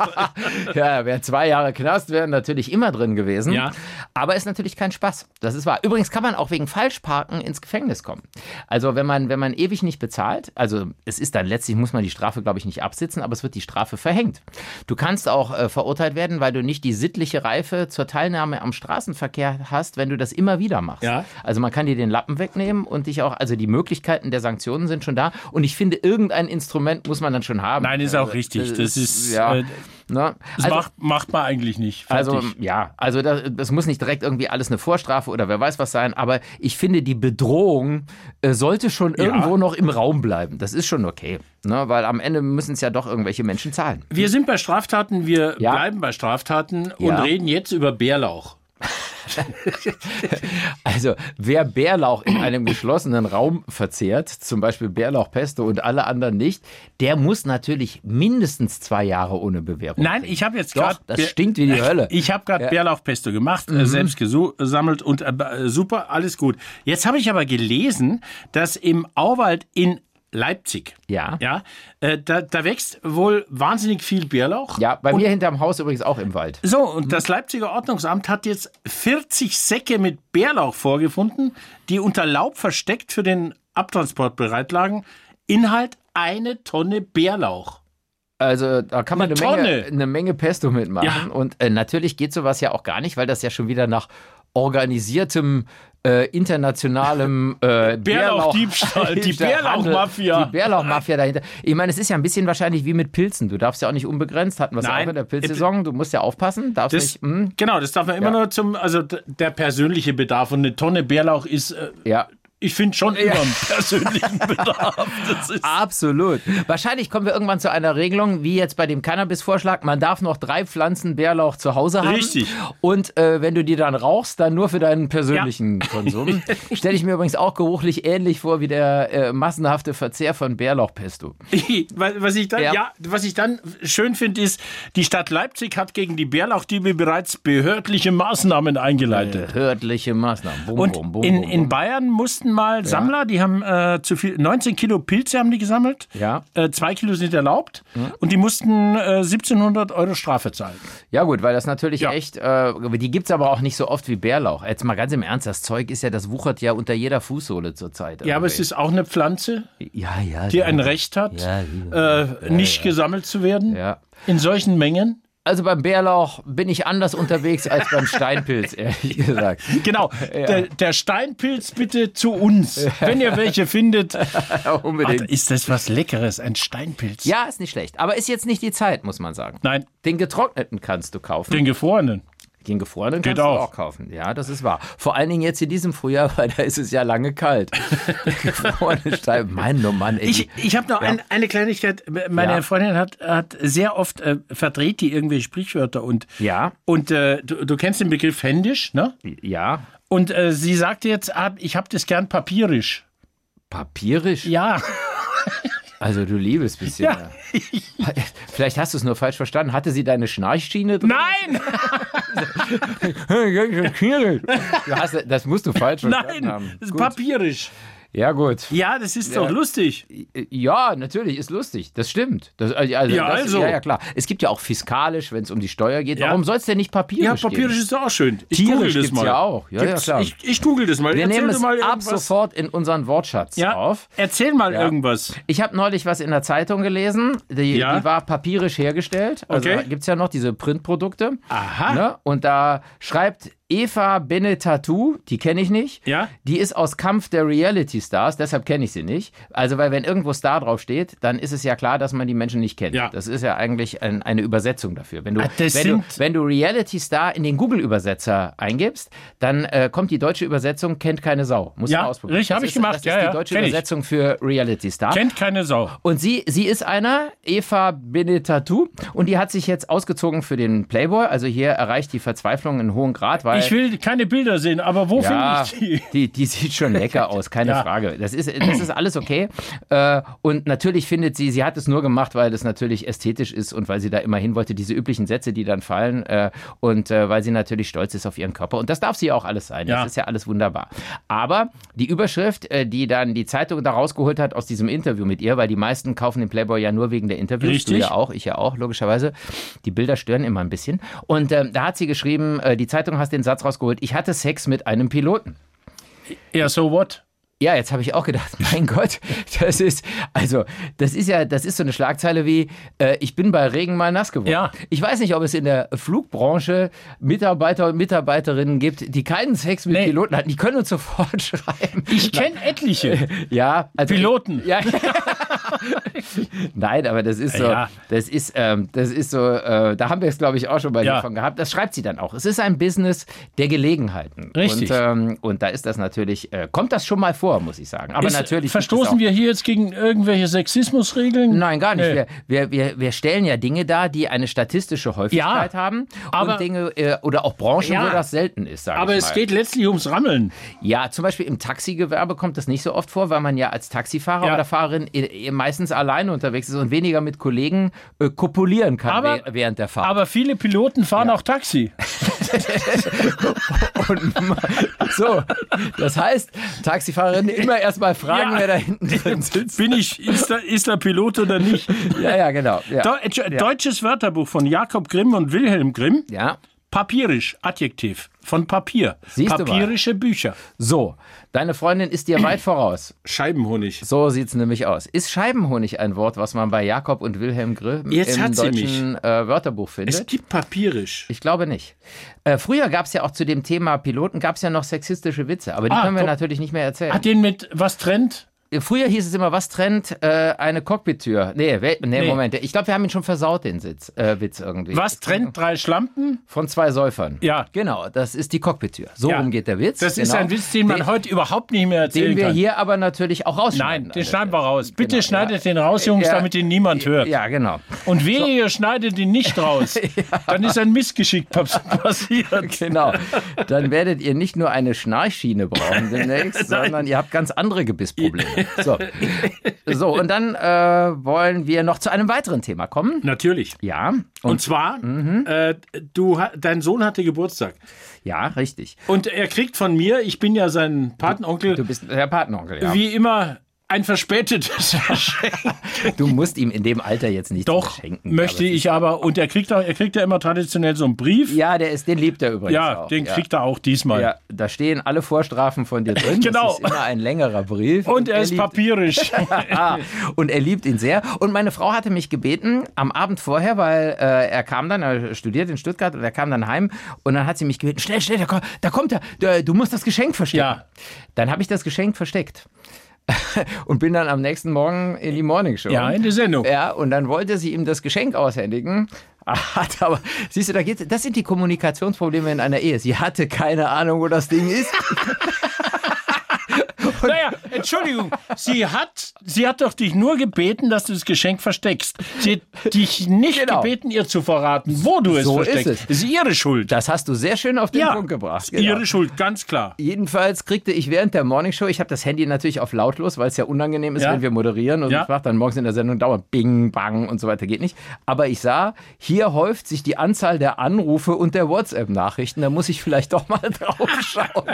Speaker 1: Ja, wäre zwei Jahre Knast, wären natürlich immer drin gewesen.
Speaker 2: Ja.
Speaker 1: Aber ist natürlich kein Spaß. Das ist wahr. Übrigens kann man auch wegen Falschparken ins Gefängnis kommen. Also wenn man, wenn man ewig nicht bezahlt, also es ist dann letztlich, muss man die Strafe, glaube ich, nicht absitzen, aber es wird die Strafe verhängt. Du kannst auch äh, verurteilt werden, weil du nicht die sittliche Reife zur Teilnahme am Straßenverkehr hast, wenn du das immer wieder machst.
Speaker 2: Ja.
Speaker 1: Also man kann dir den Lappen wegnehmen und dich auch, also die Möglichkeiten der Sanktionen sind schon da. Und ich finde, irgendein Instrument muss man dann schon haben.
Speaker 2: Nein, ist auch richtig.
Speaker 1: das
Speaker 2: Das ist,
Speaker 1: ja.
Speaker 2: äh,
Speaker 1: Ne?
Speaker 2: Das
Speaker 1: Also-
Speaker 2: macht, macht man eigentlich nicht. Fertig.
Speaker 1: also ja, also das, das muss nicht direkt irgendwie alles eine Vorstrafe oder wer weiß was sein, aber ich finde, die Bedrohung äh, sollte schon irgendwo noch im Raum bleiben. Das ist schon okay, ne? weil am Ende müssen es ja doch irgendwelche Menschen zahlen.
Speaker 2: wir sind bei Straftaten, wir
Speaker 1: Ja.
Speaker 2: bleiben bei Straftaten und
Speaker 1: Ja.
Speaker 2: reden jetzt über Bärlauch.
Speaker 1: Also wer Bärlauch in einem geschlossenen Raum verzehrt, zum Beispiel Bärlauchpesto und alle anderen nicht, der muss natürlich mindestens zwei Jahre ohne Bewährung.
Speaker 2: Nein, ich habe jetzt
Speaker 1: Doch,
Speaker 2: gerade.
Speaker 1: das stinkt Mhm. wie die Hölle.
Speaker 2: Ich habe gerade Bärlauchpesto gemacht, äh, selbst gesammelt und äh, super, alles gut. Jetzt habe ich aber gelesen, dass im Auwald in Leipzig,
Speaker 1: Ja.
Speaker 2: ja äh, da, da wächst wohl wahnsinnig viel Bärlauch.
Speaker 1: Ja, Mhm. bei
Speaker 2: und
Speaker 1: mir hinterm Haus übrigens auch im Wald.
Speaker 2: So, und das Leipziger Ordnungsamt hat jetzt 40 Säcke mit Bärlauch vorgefunden, die unter Laub versteckt für den Abtransport bereit lagen. Inhalt eine Tonne Bärlauch.
Speaker 1: Also da kann man eine,
Speaker 2: Eine
Speaker 1: Menge,
Speaker 2: Tonne.
Speaker 1: eine Menge Pesto mitmachen.
Speaker 2: Ja.
Speaker 1: Und äh, natürlich geht sowas ja auch gar nicht, weil das ja schon wieder nach organisiertem äh, internationalem äh,
Speaker 2: Bärlauchdiebstahl, die
Speaker 1: Handel-
Speaker 2: Bärlauchmafia.
Speaker 1: Die Bärlauchmafia dahinter. Ich meine, es ist ja ein bisschen wahrscheinlich wie mit Pilzen. Du darfst ja auch nicht unbegrenzt, hatten wir es
Speaker 2: Nein. Äh,
Speaker 1: auch in der Pilzsaison. Du musst ja aufpassen, darfst
Speaker 2: Das,
Speaker 1: nicht. Hm,
Speaker 2: Genau, das darf man immer
Speaker 1: Ja.
Speaker 2: nur zum, also d- der persönliche Bedarf. Und eine Tonne Bärlauch ist, äh,
Speaker 1: ja. Ah.
Speaker 2: ich finde, schon über dem persönlichen Bedarf. Das ist,
Speaker 1: Absolut. Wahrscheinlich kommen wir irgendwann zu einer Regelung, wie jetzt bei dem Cannabis-Vorschlag. Man darf noch drei Pflanzen Bärlauch zu Hause haben.
Speaker 2: Richtig.
Speaker 1: Und äh, wenn du die dann rauchst, dann nur für deinen persönlichen Konsum. Stelle ich mir übrigens auch geruchlich ähnlich vor wie der äh, massenhafte Verzehr von Bärlauchpesto.
Speaker 2: was was ich dann,
Speaker 1: Ja.
Speaker 2: ja. was ich dann schön finde, ist, die Stadt Leipzig hat gegen die Bärlauchdiebe bereits behördliche Maßnahmen eingeleitet.
Speaker 1: Behördliche Äh, Maßnahmen. Bum,
Speaker 2: Und
Speaker 1: bum, bum,
Speaker 2: in,
Speaker 1: bum,
Speaker 2: in
Speaker 1: bum.
Speaker 2: Bayern mussten mal Sammler, die haben äh, zu viel, 19 Kilo Pilze haben die gesammelt.
Speaker 1: Ja. Hm.
Speaker 2: Äh, zwei Kilo sind erlaubt. Und die mussten äh, 1700 Euro Strafe zahlen.
Speaker 1: Ja, gut, weil das natürlich
Speaker 2: Ja.
Speaker 1: echt, äh, die gibt's aber auch nicht so oft wie Bärlauch. Jetzt mal ganz im Ernst, das Zeug ist ja, das wuchert ja unter jeder Fußsohle zurzeit.
Speaker 2: Ja, aber es ist auch eine Pflanze,
Speaker 1: Ja, ja.
Speaker 2: die
Speaker 1: ja.
Speaker 2: ein Recht hat,
Speaker 1: Ja,
Speaker 2: äh, nicht gesammelt zu werden.
Speaker 1: ja.
Speaker 2: In solchen Mengen.
Speaker 1: Also beim Bärlauch bin ich anders unterwegs als beim Steinpilz, ehrlich gesagt.
Speaker 2: Genau, der, der Steinpilz bitte zu uns, wenn ihr welche findet.
Speaker 1: Ja,
Speaker 2: Alter, ist das was Leckeres, ein Steinpilz?
Speaker 1: Ja, ist nicht schlecht. Aber ist jetzt nicht die Zeit, muss man sagen.
Speaker 2: Nein,
Speaker 1: Den getrockneten kannst du kaufen.
Speaker 2: den gefrorenen.
Speaker 1: Den gefrorenen
Speaker 2: Geht
Speaker 1: kannst du
Speaker 2: auch.
Speaker 1: auch kaufen. Ja, das ist wahr. Vor allen Dingen jetzt in diesem Frühjahr, weil da ist es ja lange kalt. Gefrorene Steine. Mein oh Mann, ey.
Speaker 2: Ich, ich habe noch ein, eine Kleinigkeit. Meine
Speaker 1: Ja.
Speaker 2: Freundin hat, hat sehr oft äh, verdreht die irgendwelche Sprichwörter und
Speaker 1: Ja.
Speaker 2: und äh, du, du kennst den Begriff händisch, ne?
Speaker 1: ja,
Speaker 2: Und äh, sie sagte jetzt, ah, ich habe das gern papierisch.
Speaker 1: papierisch.
Speaker 2: Ja,
Speaker 1: Also du liebes bisschen.
Speaker 2: Ja.
Speaker 1: ja. Vielleicht hast du es nur falsch verstanden. Hatte sie deine Schnarchschiene drin?
Speaker 2: nein,
Speaker 1: Du hast, das musst du falsch verstanden haben.
Speaker 2: nein,
Speaker 1: Gut.
Speaker 2: papierisch.
Speaker 1: Ja, gut.
Speaker 2: Ja, das ist doch lustig.
Speaker 1: Ja, natürlich, ist lustig. Das stimmt. Das, also,
Speaker 2: Ja,
Speaker 1: das,
Speaker 2: also.
Speaker 1: Ja, ja, klar. Es gibt ja auch fiskalisch, wenn es um die Steuer geht.
Speaker 2: Ja.
Speaker 1: Warum soll es denn nicht papirisch
Speaker 2: Ja, papirisch
Speaker 1: geben?
Speaker 2: ist doch auch schön. Ich
Speaker 1: Tierisch
Speaker 2: google das
Speaker 1: gibt's
Speaker 2: mal.
Speaker 1: ja auch. Ja, ja,
Speaker 2: Gibt's-
Speaker 1: klar.
Speaker 2: Ich, ich google das mal.
Speaker 1: Wir
Speaker 2: Erzähl
Speaker 1: nehmen
Speaker 2: du
Speaker 1: es
Speaker 2: mal
Speaker 1: ab
Speaker 2: irgendwas.
Speaker 1: sofort in unseren Wortschatz
Speaker 2: ja.
Speaker 1: auf.
Speaker 2: Erzähl mal
Speaker 1: Ja.
Speaker 2: irgendwas.
Speaker 1: Ich habe neulich was in der Zeitung gelesen, die,
Speaker 2: Ja.
Speaker 1: die war papirisch hergestellt. Also
Speaker 2: Okay.
Speaker 1: okay. gibt es ja noch diese Printprodukte.
Speaker 2: Aha.
Speaker 1: Ne? Und da schreibt Eva Benetatou, die kenne ich nicht.
Speaker 2: Ja.
Speaker 1: Die ist aus Kampf der Reality Stars, deshalb kenne ich sie nicht. Also, weil wenn irgendwo Star drauf steht, dann ist es ja klar, dass man die Menschen nicht kennt.
Speaker 2: Ja.
Speaker 1: Das ist ja eigentlich ein, eine Übersetzung dafür. Wenn du,
Speaker 2: Ah, das
Speaker 1: wenn, du,
Speaker 2: sind-
Speaker 1: wenn du Reality Star in den Google-Übersetzer eingibst, dann äh, kommt die deutsche Übersetzung, kennt keine Sau. Muss
Speaker 2: Ja,
Speaker 1: man ausprobieren.
Speaker 2: richtig, hab
Speaker 1: Das
Speaker 2: ich
Speaker 1: ist-
Speaker 2: gemacht.
Speaker 1: Das
Speaker 2: Ja,
Speaker 1: ist
Speaker 2: ja,
Speaker 1: die deutsche
Speaker 2: kenn ich.
Speaker 1: Übersetzung für Reality Star.
Speaker 2: Kennt keine Sau.
Speaker 1: Und sie, sie ist einer, Eva Benetatou, und die hat sich jetzt ausgezogen für den Playboy. Also hier erreicht die Verzweiflung einen hohen Grad, weil.
Speaker 2: Ich will keine Bilder sehen, aber wo
Speaker 1: ja,
Speaker 2: finde ich die?
Speaker 1: die, die sieht schon lecker aus, keine
Speaker 2: Ja.
Speaker 1: Frage. Das ist, das ist alles okay. Äh, Und natürlich findet sie, sie hat es nur gemacht, weil das natürlich ästhetisch ist und weil sie da immer hin wollte, diese üblichen Sätze, die dann fallen. äh, Und äh, weil sie natürlich stolz ist auf ihren Körper. Und das darf sie ja auch alles sein.
Speaker 2: Ja.
Speaker 1: Das ist ja alles wunderbar. Aber die Überschrift, äh, die dann die Zeitung da rausgeholt hat aus diesem Interview mit ihr, weil die meisten kaufen den Playboy ja nur wegen der Interviews.
Speaker 2: Richtig.
Speaker 1: Du ja auch, ich ja auch, logischerweise. Die Bilder stören immer ein bisschen. Und ähm, da hat sie geschrieben, äh, die Zeitung hast den Satz rausgeholt, ich hatte Sex mit einem Piloten.
Speaker 2: Ja, so what?
Speaker 1: Ja, jetzt habe ich auch gedacht, mein Gott, das ist, also, das ist ja, das ist so eine Schlagzeile wie, äh, ich bin bei Regen mal nass geworden.
Speaker 2: Ja.
Speaker 1: Ich weiß nicht, ob es in der Flugbranche Mitarbeiter und Mitarbeiterinnen gibt, die keinen Sex mit
Speaker 2: Nee.
Speaker 1: Piloten hatten. Die können uns sofort schreiben.
Speaker 2: Ich kenne etliche.
Speaker 1: Ja, also
Speaker 2: Piloten.
Speaker 1: Ja. Nein, aber das ist so,
Speaker 2: Ja.
Speaker 1: das ist, ähm, das ist so, äh, da haben wir es, glaube ich, auch schon mal
Speaker 2: Ja.
Speaker 1: davon gehabt. Das schreibt sie dann auch. Es ist ein Business der Gelegenheiten.
Speaker 2: Richtig.
Speaker 1: Und, ähm, und da ist das natürlich, äh, kommt das schon mal vor, muss ich sagen. Aber
Speaker 2: Ist-
Speaker 1: natürlich. gibt es auch-
Speaker 2: Verstoßen wir hier jetzt gegen irgendwelche Sexismusregeln?
Speaker 1: Nein, gar nicht.
Speaker 2: Nee.
Speaker 1: Wir, wir, wir, wir stellen ja Dinge dar, die eine statistische Häufigkeit
Speaker 2: Ja,
Speaker 1: haben
Speaker 2: aber-
Speaker 1: und Dinge äh, oder auch Branchen,
Speaker 2: Ja.
Speaker 1: wo das selten ist, sage ich
Speaker 2: Aber
Speaker 1: mal.
Speaker 2: es geht letztlich ums Rammeln.
Speaker 1: Ja, zum Beispiel im Taxigewerbe kommt das nicht so oft vor, weil man ja als Taxifahrer
Speaker 2: Ja.
Speaker 1: oder Fahrerin eh- eh meistens alleine unterwegs ist und weniger mit Kollegen äh, kopulieren kann
Speaker 2: Aber-
Speaker 1: wäh- während der Fahrt.
Speaker 2: Aber viele Piloten fahren auch Taxi.
Speaker 1: Und so, das heißt, Taxifahrerinnen immer erstmal fragen,
Speaker 2: Ja.
Speaker 1: wer da hinten drin sitzt.
Speaker 2: Bin ich, ist da, ist da Pilot oder nicht?
Speaker 1: Ja, ja, genau. Ja.
Speaker 2: Deu- äh, Deutsches Wörterbuch von Jakob Grimm und Wilhelm Grimm.
Speaker 1: ja.
Speaker 2: Papirisch, Adjektiv, von Papier.
Speaker 1: Siehst du mal.
Speaker 2: Papirische Bücher.
Speaker 1: So, deine Freundin ist dir weit voraus.
Speaker 2: Scheibenhonig.
Speaker 1: So sieht's nämlich aus. Ist Scheibenhonig ein Wort, was man bei Jakob und Wilhelm Grimm
Speaker 2: Jetzt
Speaker 1: im
Speaker 2: hat sie
Speaker 1: deutschen äh, Wörterbuch findet?
Speaker 2: Es gibt papirisch.
Speaker 1: Ich glaube nicht. Äh, früher gab es ja auch zu dem Thema Piloten gab es ja noch sexistische Witze, aber die
Speaker 2: Ah,
Speaker 1: können wir
Speaker 2: guck.
Speaker 1: natürlich nicht mehr erzählen. Äh,
Speaker 2: Hat den mit was trennt?
Speaker 1: früher hieß es immer, was trennt äh, eine Cockpit-Tür? Nee, wel- nee,
Speaker 2: Nee.
Speaker 1: Moment. Ich glaube, wir haben ihn schon versaut, den Sitz, äh, Witz irgendwie.
Speaker 2: Was
Speaker 1: Mhm.
Speaker 2: trennt drei Schlampen?
Speaker 1: Von zwei Säufern.
Speaker 2: Ja.
Speaker 1: Genau, das ist die Cockpit-Tür. So
Speaker 2: Ja.
Speaker 1: rum geht der Witz.
Speaker 2: Das ist
Speaker 1: genau.
Speaker 2: ein Witz, den man
Speaker 1: Den-
Speaker 2: heute überhaupt nicht mehr erzählen
Speaker 1: Den wir
Speaker 2: kann.
Speaker 1: hier aber natürlich auch rausschneiden.
Speaker 2: Nein, den
Speaker 1: Alter.
Speaker 2: schneiden wir raus. Bitte
Speaker 1: Genau,
Speaker 2: schneidet den raus, Jungs,
Speaker 1: Ja.
Speaker 2: damit ihn niemand hört.
Speaker 1: Ja, genau.
Speaker 2: Und wehe, ihr schneidet ihn nicht raus. Dann ist ein Missgeschick pass- passiert.
Speaker 1: Genau. Dann werdet ihr nicht nur eine Schnarchschiene brauchen demnächst, sondern ihr habt ganz andere Gebissprobleme. So, so und dann äh, wollen wir noch zu einem weiteren Thema kommen.
Speaker 2: Natürlich.
Speaker 1: Ja, und, Mhm.
Speaker 2: Und zwar, äh, du, ha- dein Sohn hatte Geburtstag.
Speaker 1: ja, richtig.
Speaker 2: Und er kriegt von mir, ich bin ja sein Patenonkel,
Speaker 1: Du bist der Patenonkel, ja.
Speaker 2: wie immer ein verspätetes Geschenk.
Speaker 1: Du musst ihm in dem Alter jetzt nicht
Speaker 2: Doch,
Speaker 1: schenken.
Speaker 2: möchte ich aber. Und er kriegt, auch, er kriegt ja immer traditionell so einen Brief.
Speaker 1: Ja, der ist, den liebt er übrigens
Speaker 2: Ja,
Speaker 1: auch.
Speaker 2: den
Speaker 1: ja.
Speaker 2: kriegt er auch diesmal.
Speaker 1: ja, da stehen alle Vorstrafen von dir drin.
Speaker 2: Genau.
Speaker 1: Das ist immer ein längerer Brief.
Speaker 2: Und er ist
Speaker 1: liebt
Speaker 2: papirisch.
Speaker 1: Ah, und er liebt ihn sehr. Und meine Frau hatte mich gebeten am Abend vorher, weil äh, er kam dann, er studiert in Stuttgart und er kam dann heim und dann hat sie mich gebeten, schnell, schnell, da, kommt- da kommt er, da, du musst das Geschenk verstecken.
Speaker 2: Ja.
Speaker 1: Dann habe ich das Geschenk versteckt und bin dann am nächsten Morgen in die Morning Show.
Speaker 2: ja, in der Sendung.
Speaker 1: Ja, und dann wollte sie ihm das Geschenk aushändigen. Hat aber, siehst du, da geht's, das sind die Kommunikationsprobleme in einer Ehe. Sie hatte keine Ahnung, wo das Ding ist.
Speaker 2: Naja, Entschuldigung, sie hat, sie hat doch dich nur gebeten, dass du das Geschenk versteckst. Sie hat dich nicht
Speaker 1: Genau.
Speaker 2: gebeten, ihr zu verraten, wo du es
Speaker 1: So ist
Speaker 2: versteckst.
Speaker 1: es. Genau.
Speaker 2: Das ist ihre Schuld.
Speaker 1: Das hast du sehr schön auf den Punkt gebracht.
Speaker 2: ist ihre Schuld, ganz klar.
Speaker 1: Jedenfalls kriegte ich während der Morningshow, ich habe das Handy natürlich auf lautlos, weil es ja unangenehm ist,
Speaker 2: Ja.
Speaker 1: wenn wir moderieren und
Speaker 2: Ja.
Speaker 1: ich mache dann morgens in der Sendung dauernd Bing, Bang und so weiter, geht nicht. Aber ich sah, hier häuft sich die Anzahl der Anrufe und der WhatsApp-Nachrichten, da muss ich vielleicht doch mal drauf schauen.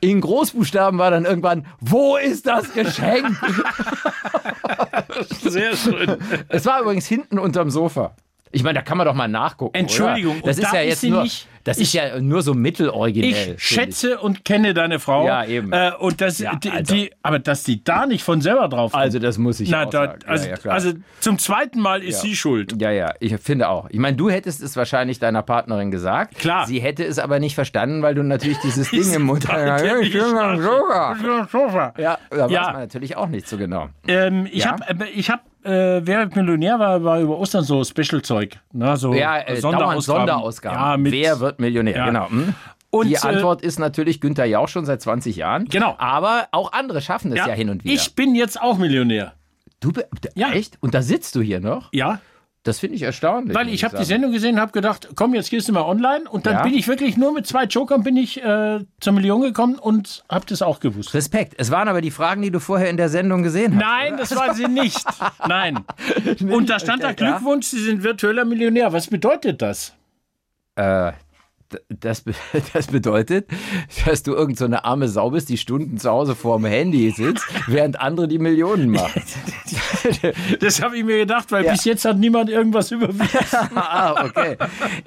Speaker 1: in Großbuchstaben war dann irgendwann, wo ist das Geschenk?
Speaker 2: Sehr schön.
Speaker 1: es war übrigens hinten unterm Sofa. Ich meine, da kann man doch mal nachgucken.
Speaker 2: Entschuldigung,
Speaker 1: oder? das
Speaker 2: und
Speaker 1: ist
Speaker 2: da
Speaker 1: ja
Speaker 2: ist
Speaker 1: jetzt
Speaker 2: sie
Speaker 1: nur,
Speaker 2: nicht-
Speaker 1: das
Speaker 2: ich-
Speaker 1: ist ja nur so
Speaker 2: Ich
Speaker 1: mitteloriginell. finde
Speaker 2: schätze und kenne deine Frau.
Speaker 1: Ja, eben.
Speaker 2: Äh, und das,
Speaker 1: Ja,
Speaker 2: die,
Speaker 1: Alter.
Speaker 2: die, aber dass die da nicht von selber drauf kommt.
Speaker 1: Also das muss ich
Speaker 2: Na,
Speaker 1: auch
Speaker 2: da,
Speaker 1: sagen.
Speaker 2: also,
Speaker 1: ja, ja, klar.
Speaker 2: also zum zweiten Mal ist sie schuld.
Speaker 1: ja, ja, ich finde auch. Ich meine, du hättest es wahrscheinlich deiner Partnerin gesagt.
Speaker 2: Klar.
Speaker 1: Sie hätte es aber nicht verstanden, weil du natürlich dieses Ding im Mund hast.
Speaker 2: Ja,
Speaker 1: Ich bin am Sofa.
Speaker 2: Sofa.
Speaker 1: Ja, da
Speaker 2: Ja.
Speaker 1: weiß man natürlich auch nicht so genau.
Speaker 2: Ähm, ich
Speaker 1: Ja.
Speaker 2: habe, ich hab, äh, wer wird Millionär war, war über Ostern so Special-Zeug. Ne? So
Speaker 1: Ja, äh, dauernd Sonderausgaben.
Speaker 2: Ja, mit,
Speaker 1: Wer wird Millionär?
Speaker 2: Ja.
Speaker 1: Genau. Hm?
Speaker 2: Und,
Speaker 1: Die
Speaker 2: äh,
Speaker 1: Antwort ist natürlich Günther Jauch schon seit 20 Jahren.
Speaker 2: Genau.
Speaker 1: Aber auch andere schaffen es ja, hin und wieder.
Speaker 2: Ich bin jetzt auch Millionär.
Speaker 1: du, be-
Speaker 2: Ja.
Speaker 1: Echt? Und da sitzt du hier noch?
Speaker 2: Ja,
Speaker 1: Das finde ich erstaunlich.
Speaker 2: weil
Speaker 1: muss
Speaker 2: ich habe die
Speaker 1: sagen.
Speaker 2: Sendung gesehen und habe gedacht, komm, jetzt gehst du mal online. Und dann
Speaker 1: Ja.
Speaker 2: bin ich wirklich nur mit zwei Jokern bin ich äh, zur Million gekommen und habe das auch gewusst.
Speaker 1: Respekt. Es waren aber die Fragen, die du vorher in der Sendung gesehen hast.
Speaker 2: Nein, das war sie nicht. Nein. Und da stand da
Speaker 1: okay, klar.
Speaker 2: Glückwunsch, Sie sind virtueller Millionär. Was bedeutet das?
Speaker 1: Äh, Das, be- das bedeutet, dass du irgend so eine arme Sau bist, die Stunden zu Hause vorm Handy sitzt, während andere die Millionen machen.
Speaker 2: Das habe ich mir gedacht, weil
Speaker 1: Ja.
Speaker 2: bis jetzt hat niemand irgendwas überwiesen.
Speaker 1: ah, okay.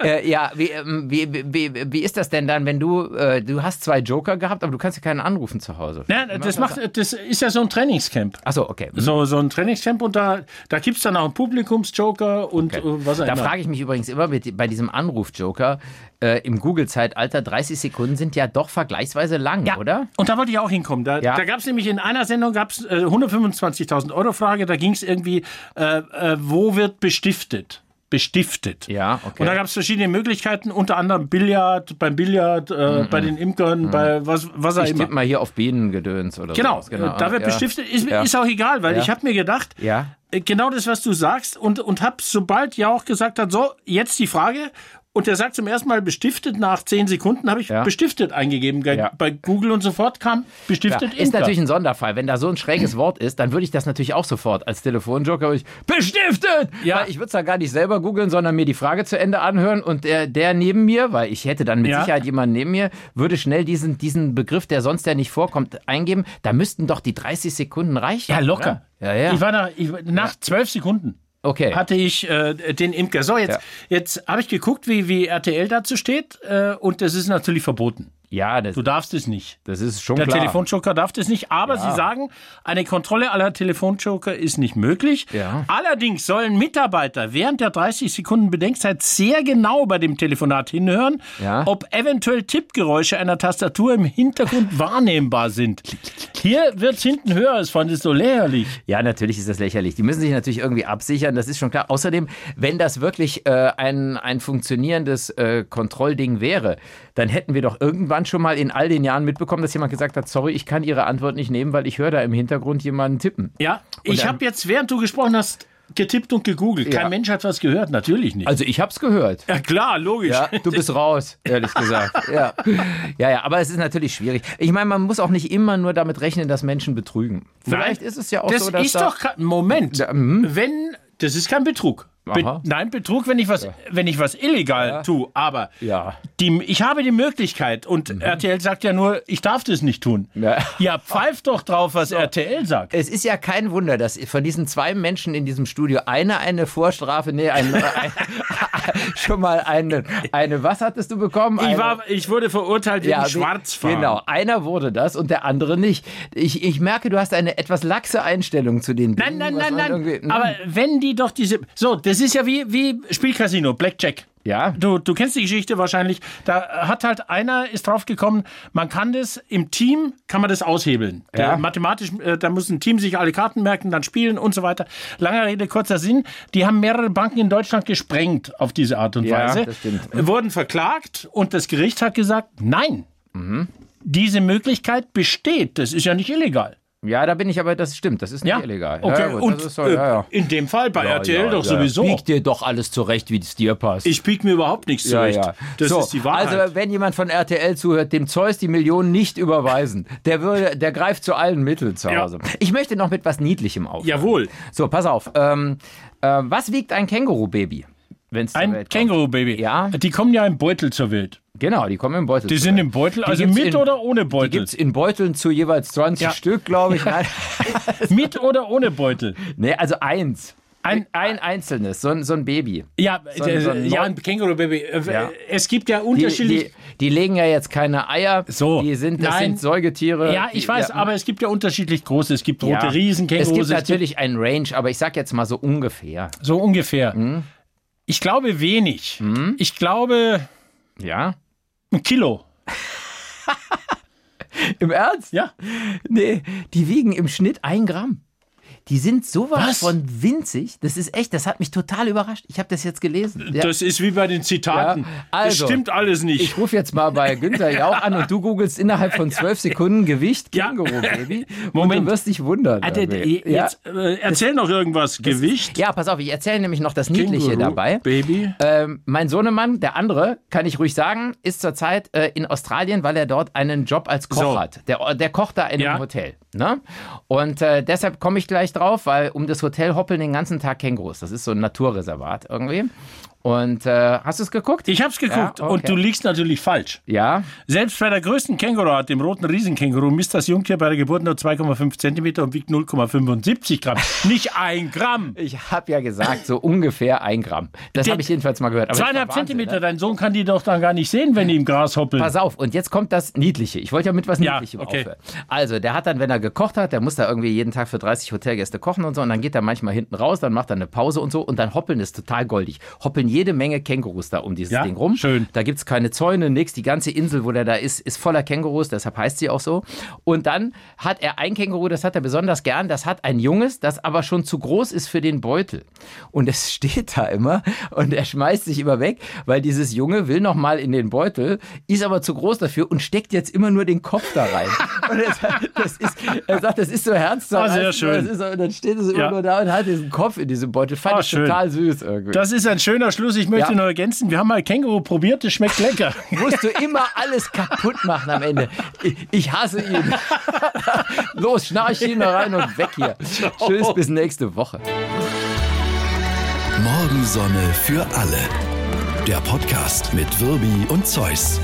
Speaker 1: Äh, ja, wie, ähm, wie, wie, wie- wie ist das denn dann, wenn du, äh, du hast zwei Joker gehabt, aber du kannst ja keinen anrufen zu Hause?
Speaker 2: Nein, das, macht, das ist ja so ein Trainingscamp.
Speaker 1: Achso, okay.
Speaker 2: So, so ein Trainingscamp und da, da gibt es dann auch einen Publikumsjoker und äh, was auch
Speaker 1: Da
Speaker 2: immer.
Speaker 1: frage ich mich übrigens immer mit, bei diesem Anruf-Joker äh, im Google-Zeitalter, 30 Sekunden sind ja doch vergleichsweise lang, oder?
Speaker 2: Und da wollte ich auch hinkommen. Da,
Speaker 1: Ja.
Speaker 2: da gab es nämlich in einer Sendung gab's, äh, 125.000 Euro Frage, da ging es irgendwie, äh, äh, wo wird bestiftet? Bestiftet.
Speaker 1: Ja, okay.
Speaker 2: Und da gab es verschiedene Möglichkeiten, unter anderem Billard, beim Billard, äh, bei den Imkern, bei was, was
Speaker 1: Mhm,
Speaker 2: er
Speaker 1: Ich
Speaker 2: immer.
Speaker 1: tippe mal hier auf Bienengedöns oder
Speaker 2: Genau,
Speaker 1: sowas.
Speaker 2: äh, da wird
Speaker 1: ja.
Speaker 2: bestiftet. Ist,
Speaker 1: Ja.
Speaker 2: ist auch egal, weil
Speaker 1: Ja.
Speaker 2: ich habe mir gedacht,
Speaker 1: Ja.
Speaker 2: äh, genau das, was du sagst, und, und habe sobald ja auch gesagt hat, so, jetzt die Frage. Und er sagt zum ersten Mal bestiftet nach zehn Sekunden, habe ich
Speaker 1: Ja.
Speaker 2: bestiftet eingegeben ge-
Speaker 1: Ja.
Speaker 2: bei Google und sofort kam
Speaker 1: Ja,
Speaker 2: bestiftet
Speaker 1: ist
Speaker 2: Imker.
Speaker 1: natürlich ein Sonderfall. Wenn da so ein schräges Wort ist, dann würde ich das natürlich auch sofort als Telefonjoker würde ich bestiftet.
Speaker 2: Ja.
Speaker 1: Weil ich würde es da gar nicht selber googeln, sondern mir die Frage zu Ende anhören und der, der neben mir, weil ich hätte dann mit
Speaker 2: Ja.
Speaker 1: Sicherheit jemanden neben mir, würde schnell diesen, diesen Begriff, der sonst ja nicht vorkommt, eingeben. Da müssten doch die 30 Sekunden reichen.
Speaker 2: Ja, locker.
Speaker 1: Ja, ja.
Speaker 2: Ich war da, ich, nach zwölf Sekunden
Speaker 1: Okay.
Speaker 2: hatte ich äh, den Imker. So, jetzt,
Speaker 1: Ja.
Speaker 2: jetzt habe ich geguckt, wie, wie RTL dazu steht äh, und das ist natürlich verboten.
Speaker 1: ja, das,
Speaker 2: Du darfst es nicht.
Speaker 1: das ist schon
Speaker 2: Der
Speaker 1: klar.
Speaker 2: Telefonjoker darf das nicht, aber Sie sagen, eine Kontrolle aller Telefonjoker ist nicht möglich.
Speaker 1: Ja.
Speaker 2: Allerdings sollen Mitarbeiter während der 30 Sekunden Bedenkzeit sehr genau bei dem Telefonat hinhören,
Speaker 1: Ja.
Speaker 2: ob eventuell Tippgeräusche einer Tastatur im Hintergrund wahrnehmbar sind. Hier wird's hinten höher, es fand es so lächerlich.
Speaker 1: Ja, natürlich ist das lächerlich. Die müssen sich natürlich irgendwie absichern, das ist schon klar. Außerdem, wenn das wirklich äh, ein, ein funktionierendes äh, Kontrollding wäre, dann hätten wir doch irgendwann schon mal in all den Jahren mitbekommen, dass jemand gesagt hat, sorry, ich kann Ihre Antwort nicht nehmen, weil ich höre da im Hintergrund jemanden tippen.
Speaker 2: Ja, ich
Speaker 1: ein-
Speaker 2: habe jetzt, während du gesprochen hast, getippt und gegoogelt.
Speaker 1: Ja.
Speaker 2: Kein Mensch hat was gehört, natürlich nicht.
Speaker 1: Also ich hab's gehört.
Speaker 2: ja, klar, logisch.
Speaker 1: Ja, du bist raus, ehrlich gesagt. Ja. ja, ja, aber es ist natürlich schwierig. Ich meine, man muss auch nicht immer nur damit rechnen, dass Menschen betrügen. Vielleicht ist es ja auch
Speaker 2: das
Speaker 1: so, dass
Speaker 2: ist
Speaker 1: da mhm.
Speaker 2: doch kein Moment. wenn das ist kein Betrug. Be
Speaker 1: Aha.
Speaker 2: Nein, Betrug, wenn ich was, wenn ich was illegal tue. Aber
Speaker 1: Ja. Mhm.
Speaker 2: die, ich habe die Möglichkeit und RTL sagt ja nur, ich darf das nicht tun.
Speaker 1: Ja.
Speaker 2: ja pfeift doch drauf, was RTL sagt.
Speaker 1: Es ist ja kein Wunder, dass von diesen zwei Menschen in diesem Studio einer eine Vorstrafe, nee, ein, ein, schon mal eine, eine, was hattest du bekommen?
Speaker 2: Ich,
Speaker 1: Eine-
Speaker 2: war, ich wurde verurteilt wegen
Speaker 1: wie-
Speaker 2: Schwarzfahren.
Speaker 1: Genau, einer wurde das und der andere nicht. Ich, ich merke, du hast eine etwas laxe Einstellung zu den Dingen.
Speaker 2: Nein, nein,
Speaker 1: was
Speaker 2: nein,
Speaker 1: man irgendwie-
Speaker 2: nein.
Speaker 1: Hm.
Speaker 2: Aber wenn die doch diese. So, das ist ja wie, wie Spielcasino, Blackjack.
Speaker 1: Ja.
Speaker 2: Du, du kennst die Geschichte wahrscheinlich. Da hat halt einer ist drauf gekommen, man kann das im Team, kann man das aushebeln.
Speaker 1: Ja.
Speaker 2: Der, mathematisch, äh, da muss ein Team sich alle Karten merken, dann spielen und so weiter. Langer Rede, kurzer Sinn. Die haben mehrere Banken in Deutschland gesprengt auf diese Art und
Speaker 1: Ja,
Speaker 2: Weise.
Speaker 1: das stimmt. Hm.
Speaker 2: Äh, Wurden verklagt und das Gericht hat gesagt, nein.
Speaker 1: Mhm.
Speaker 2: Diese Möglichkeit besteht. Das ist ja nicht
Speaker 1: Hm?
Speaker 2: illegal.
Speaker 1: ja, da bin ich aber, das stimmt, das ist nicht illegal.
Speaker 2: Okay.
Speaker 1: Ja, gut,
Speaker 2: und
Speaker 1: das ist so,
Speaker 2: äh,
Speaker 1: ja, ja.
Speaker 2: in dem Fall bei RTL doch sowieso.
Speaker 1: Bieg dir doch alles zurecht, wie es dir passt.
Speaker 2: Ich piek mir überhaupt nichts zurecht. Das
Speaker 1: So,
Speaker 2: ist die Wahrheit.
Speaker 1: Also, wenn jemand von RTL zuhört, dem Zeus die Millionen nicht überweisen. Der, würde, der greift zu allen Mitteln zu
Speaker 2: Ja.
Speaker 1: Hause. Ich möchte noch mit was Niedlichem auf.
Speaker 2: Jawohl.
Speaker 1: So, pass auf. Ähm, äh, was wiegt ein Känguru-Baby? Wenn es zur
Speaker 2: Ein
Speaker 1: Welt kommt.
Speaker 2: Känguru-Baby.
Speaker 1: Ja.
Speaker 2: Die kommen ja im Beutel zur Welt.
Speaker 1: Genau, die kommen im Beutel.
Speaker 2: Die
Speaker 1: zur
Speaker 2: sind
Speaker 1: Welt.
Speaker 2: im Beutel,
Speaker 1: Die
Speaker 2: also
Speaker 1: gibt's
Speaker 2: mit
Speaker 1: in-
Speaker 2: oder ohne
Speaker 1: Die
Speaker 2: Beutel?
Speaker 1: gibt es in Beuteln zu jeweils 20
Speaker 2: Ja.
Speaker 1: Stück, glaube ich. Nein.
Speaker 2: Mit oder ohne Beutel?
Speaker 1: nee, also eins.
Speaker 2: Ein-
Speaker 1: Ein, ein einzelnes, so ein, so ein Baby.
Speaker 2: Ja,
Speaker 1: ein-
Speaker 2: äh,
Speaker 1: so ein
Speaker 2: ja
Speaker 1: Neu-
Speaker 2: ein Känguru-Baby. Äh,
Speaker 1: Ja.
Speaker 2: Es gibt ja
Speaker 1: Die,
Speaker 2: unterschiedliche.
Speaker 1: die, die legen ja jetzt keine Eier.
Speaker 2: So.
Speaker 1: Die sind, das
Speaker 2: Nein.
Speaker 1: sind Säugetiere.
Speaker 2: ja,
Speaker 1: äh, die-
Speaker 2: ich weiß, aber es gibt ja unterschiedlich große. Es gibt rote
Speaker 1: Ja.
Speaker 2: Riesenkängurus.
Speaker 1: Es gibt natürlich einen Range, aber ich sag jetzt mal so ungefähr.
Speaker 2: so ungefähr.
Speaker 1: Hm.
Speaker 2: Ich glaube wenig. Ich glaube
Speaker 1: Ja?
Speaker 2: ein Kilo.
Speaker 1: Im Ernst?
Speaker 2: Ja.
Speaker 1: Nee, die wiegen im Schnitt ein Gramm. Die sind sowas
Speaker 2: Was?
Speaker 1: von winzig. Das ist echt, das hat mich total überrascht. Ich habe das jetzt gelesen. Ja.
Speaker 2: Das ist wie bei den Zitaten.
Speaker 1: Ja, also,
Speaker 2: das stimmt alles nicht.
Speaker 1: Ich rufe jetzt mal bei Günther Jauch an und du googelst innerhalb von zwölf Sekunden Gewicht
Speaker 2: Ja.
Speaker 1: Känguru-Baby.
Speaker 2: Moment.
Speaker 1: Und du wirst dich wundern.
Speaker 2: Ah, der- der-
Speaker 1: irgendwie. ja?
Speaker 2: jetzt, äh, erzähl noch irgendwas. Gewicht?
Speaker 1: ja, pass auf, ich erzähle nämlich noch das Niedliche
Speaker 2: Känguru,
Speaker 1: dabei.
Speaker 2: Baby.
Speaker 1: Ähm, mein Sohnemann, der andere, kann ich ruhig sagen, ist zurzeit äh, in Australien, weil er dort einen Job als Koch
Speaker 2: So.
Speaker 1: hat. Der, der kocht da in
Speaker 2: Ja.
Speaker 1: einem Hotel. Ne? Und äh, deshalb komme ich gleich drauf, weil um das Hotel hoppeln den ganzen Tag Kängurus. Das ist so ein Naturreservat irgendwie. Und äh, hast du es geguckt?
Speaker 2: Ich hab's geguckt
Speaker 1: Ja, okay.
Speaker 2: und du liegst natürlich falsch.
Speaker 1: ja.
Speaker 2: Selbst bei der größten Känguruart, dem roten Riesenkänguru, misst das Jungtier bei der Geburt nur 2,5 Zentimeter und wiegt 0,75 Gramm. Nicht ein Gramm.
Speaker 1: Ich habe ja gesagt, so ungefähr ein Gramm. Das
Speaker 2: Die-
Speaker 1: habe ich jedenfalls mal gehört. Aber das war
Speaker 2: Zweieinhalb
Speaker 1: Wahnsinn,
Speaker 2: Zentimeter,
Speaker 1: Ne?
Speaker 2: dein Sohn kann die doch dann gar nicht sehen, wenn die im Gras hoppeln.
Speaker 1: Pass auf, und jetzt kommt das Niedliche. Ich wollte ja mit was
Speaker 2: Ja,
Speaker 1: Niedlichem
Speaker 2: okay.
Speaker 1: aufhören. Also, der hat dann, wenn er gekocht hat, der muss da irgendwie jeden Tag für 30 Hotelgäste kochen und so, und dann geht er manchmal hinten raus, dann macht er eine Pause und so, und dann hoppeln ist total goldig. Hoppeln jede Menge Kängurus da um dieses
Speaker 2: Ja,
Speaker 1: Ding rum.
Speaker 2: schön.
Speaker 1: Da gibt es keine Zäune, nix. Die ganze Insel, wo der da ist, ist voller Kängurus, deshalb heißt sie auch so. Und dann hat er ein Känguru, das hat er besonders gern, das hat ein junges, das aber schon zu groß ist für den Beutel. Und es steht da immer und er schmeißt sich immer weg, weil dieses Junge will nochmal in den Beutel, ist aber zu groß dafür und steckt jetzt immer nur den Kopf da rein. Und er sagt, das ist, er sagt, das ist so herzzerreißend.
Speaker 2: Ah, sehr schön.
Speaker 1: Das ist, so- und dann steht es immer
Speaker 2: Ja.
Speaker 1: nur da und hat diesen Kopf in diesem Beutel. Fand
Speaker 2: Ah,
Speaker 1: ich
Speaker 2: schön.
Speaker 1: total süß irgendwie.
Speaker 2: Das ist ein schöner Schluss. Ich möchte
Speaker 1: Ja.
Speaker 2: noch ergänzen, wir haben mal Känguru probiert, es schmeckt lecker.
Speaker 1: musst du immer alles kaputt machen am Ende. Ich, ich hasse ihn. Los, schnarch ihn da rein und weg hier. Tschüss, bis nächste Woche.
Speaker 3: Morgensonne für alle. Der Podcast mit Wirbi und Zeus.